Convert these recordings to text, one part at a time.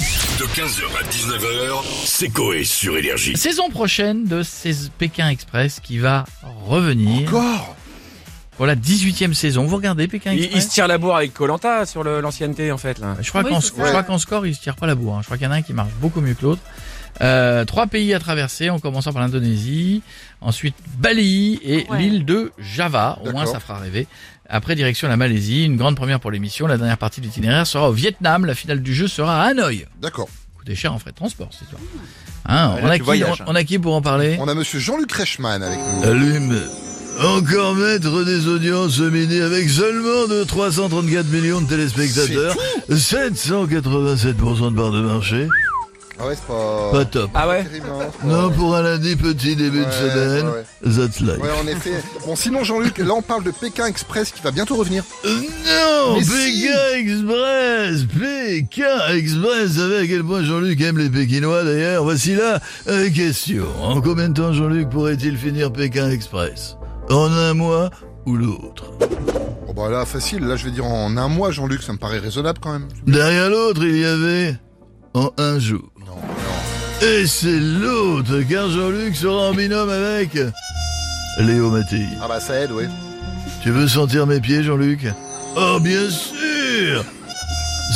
De 15h à 19h, c'est Coé sur Énergie. Saison prochaine de ces Pékin Express qui va revenir. Encore Pour la 18e saison. Vous regardez Pékin Il, il se Express tire la bourre avec Colanta sur le- l'ancienneté en fait là. Je crois Oui, qu'en c'est je crois qu'en score, ils se tirent pas la bourre. hein. Je crois qu'il y en a un qui marche beaucoup mieux que l'autre. Euh, trois pays à traverser en commençant par l'Indonésie, ensuite Bali et Ouais. l'île de Java. Au moins, D'accord. ça fera rêver. Après, direction la Malaisie, une grande première pour l'émission. La dernière partie de l'itinéraire sera au Vietnam. La finale du jeu sera à Hanoï. D'accord. Coûté cher en frais de transport, c'est histoire. Hein, Ouais, on, là, a tu qui, voyages, on- on a qui pour en parler On a monsieur Jean-Luc Reichmann avec nous. Allume. Encore maître des audiences mini avec seulement de 334 millions de téléspectateurs, 787% de part de marché. Ah ouais, c'est pas. Pas top. Ah ouais terrible, hein. Non, pour un lundi petit début de Ouais, semaine, ouais, that's life. Ouais, en effet. Bon, sinon, Jean-Luc, là, on parle de Pékin Express qui va bientôt revenir. Euh, Non, Mais Pékin Express, Pékin Express, vous savez à quel point Jean-Luc aime les Pékinois d'ailleurs. Voici là euh, question. En combien de temps Jean-Luc pourrait-il finir Pékin Express En un mois ou l'autre Bon, bah là, facile. Là, je vais dire en un mois, Jean-Luc, ça me paraît raisonnable quand même. Derrière l'autre, il y avait en un jour. Non, non. Et c'est l'autre, car Jean-Luc sera en binôme avec Léo Mattei. Ah bah, ça aide, ouais. Tu veux sentir mes pieds, Jean-Luc Oh, bien sûr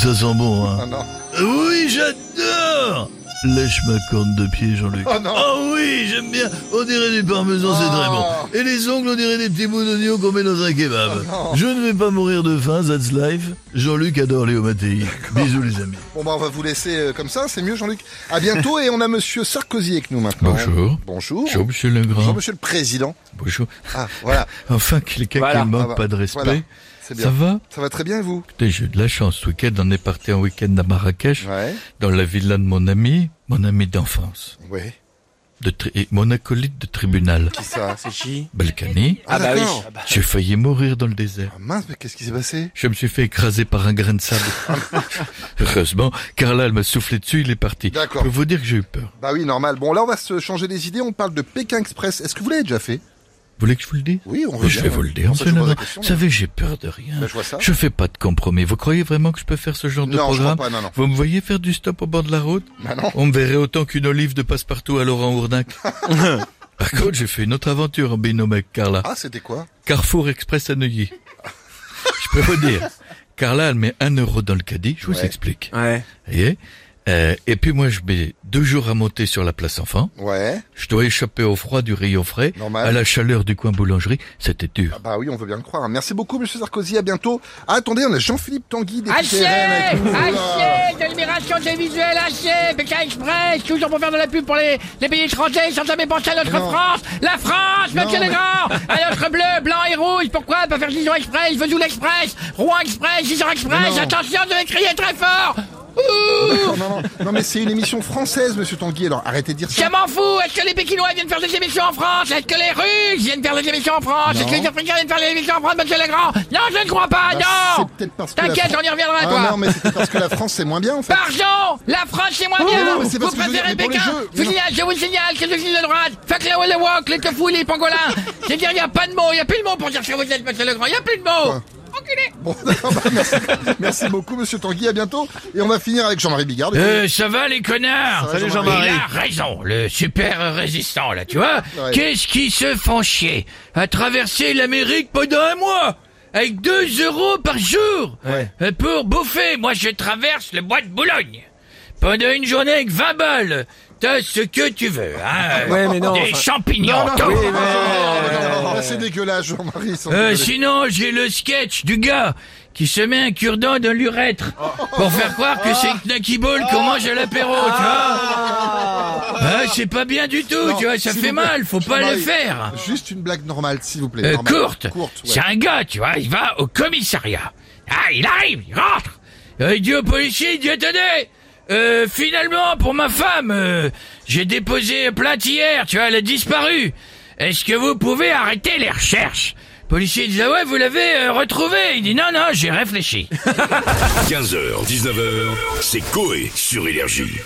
Ça sent bon, hein Ah non. Oui, j'adore Lèche ma corne de pied, Jean-Luc. Oh non. Oh oui, j'aime bien. On dirait du parmesan, c'est très bon. Oh. Et les ongles, on dirait des petits bouts d'oignon qu'on met dans un kebab. Oh non. Je ne vais pas mourir de faim, that's life. Jean-Luc adore Léo Mattei. Bisous, les amis. Bon, bah, on va vous laisser euh, comme ça. C'est mieux, Jean-Luc. À bientôt. et on a monsieur Sarkozy avec nous maintenant. Bonjour. Bonjour. Bonjour, monsieur Legrand. Bonjour, monsieur le président. Bonjour. Ah, voilà. Enfin, quelqu'un Voilà. qui ne manque Ah bah, pas de respect. voilà. C'est Ça bien. va Ça va très bien, et vous Écoutez, j'ai eu de la chance. Ce week-end, on est parti en week-end à Marrakech, Ouais. dans la villa de mon ami, mon ami d'enfance, Ouais. de tri- et mon acolyte de tribunal, Qui ça C'est chi. Balkany. Ah, bah d'accord. oui. J'ai failli mourir dans le désert. Ah mince, mais qu'est-ce qui s'est passé Je me suis fait écraser par un grain de sable. Heureusement, Carla, elle m'a soufflé dessus, il est parti. Je D'accord. peux vous dire que j'ai eu peur. Bah oui, normal. Bon, là, on va se changer les idées. On parle de Pékin Express. Est-ce que vous l'avez déjà fait Vous voulez que je vous le dise Oui, on hein. Je vais vous le dire, Ça, monsieur je vous Legrand. pose la question, hein. Vous savez, j'ai peur de rien. Bah, je vois ça. Je fais pas de compromis. Vous croyez vraiment que je peux faire ce genre de non, je crois programme pas. Non, non. Vous me voyez faire du stop au bord de la route Bah non. On me verrait autant qu'une olive de passe-partout à Laurent Ournac. Par contre, j'ai fait une autre aventure en binôme avec Carla. Ah, c'était quoi Carrefour Express à Neuilly. Je peux vous dire. Carla, elle met un euro dans le caddie. Je vous Ouais. explique. Ouais. Vous voyez Euh, et puis moi, je mets deux jours à monter sur la place enfant. Ouais. Je dois échapper au froid du rayon frais, Normal. à la chaleur du coin boulangerie. C'était dur. Ah Bah oui, on veut bien le croire. Merci beaucoup, Monsieur Sarkozy. À bientôt. Ah, attendez, on a Jean-Philippe Tanguy des avec nous. Oula. Haché Délibération des visuels, haché Pékin Express, toujours pour faire de la pub pour les, les pays étrangers sans jamais penser à notre Non. France La France, Non, monsieur mais- Legrand À notre bleu, blanc et rouge, pourquoi pas faire Dijon Express, Vesoul Express, Rouen Express, Dijon Express Non. Attention, je vais crier très fort Non, non, non. Non, mais c'est une émission française, Monsieur Tanguy. Alors, arrêtez de dire Je ça. m'en fous Est-ce que les Pékinois viennent faire des émissions en France Est-ce que les Russes viennent faire des émissions en France Est-ce que Non. les Africains viennent faire des émissions en France, monsieur Legrand Non, je ne crois pas, Bah, non c'est peut-être parce que la T'inquiète, Fran- on y reviendra, Ah toi non, mais c'était parce que la France c'est moins bien en fait. Pardon La France, c'est moi bien non, mais c'est Vous parce que je veux préférez dire, mais pour Pékin les jeux, Je vous non. signale, je vous signale que je suis de droite Fuck la wall walk, les tofu, les pangolins C'est-à-dire, y a pas de mots, y a plus de mots pour dire ce que vous êtes, monsieur Legrand, y a plus de mots Enculé Bon, d'accord, bah, merci, merci beaucoup, Monsieur Tanguy. À bientôt. Et on va finir avec Jean-Marie Bigard. Euh, ça va les connards Ça va, Salut, Jean-Marie. Il a raison, le super résistant là, tu vois Ouais. Qu'est-ce qui se font chier à traverser l'Amérique pendant un mois avec 2 euros par jour Ouais. Euh, pour bouffer. Moi, je traverse le bois de Boulogne pendant une journée avec 20 balles. T'as ce que tu veux, hein Ouais, mais non, Des enfin- champignons, tout. oui, Oh, Ah, mais- non, non, non, Oh, c'est dégueulasse, Jean-Marie. sans Euh, déconner. sinon, j'ai le sketch du gars qui se met un cure-dent dans l'urètre pour faire croire que c'est une knacky ball qu'on mange à l'apéro, tu vois. Ah, c'est pas bien du tout, Non, tu vois, ça s'il fait vous mal, plaît. faut pas le Jean-Marie, faire. Juste une blague normale, s'il vous plaît. Euh, normale. courte. Courte, ouais. C'est un gars, tu vois, il va au commissariat. Ah, il arrive, il rentre. Euh, il dit au policier, il dit, attendez, euh, finalement, pour ma femme, euh, j'ai déposé plainte hier, tu vois, elle a disparu. Est-ce que vous pouvez arrêter les recherches Policier dit, ah ouais, vous l'avez euh, retrouvée. Il dit, non, non, j'ai réfléchi. 15h, 19h, c'est Coé sur Énergie.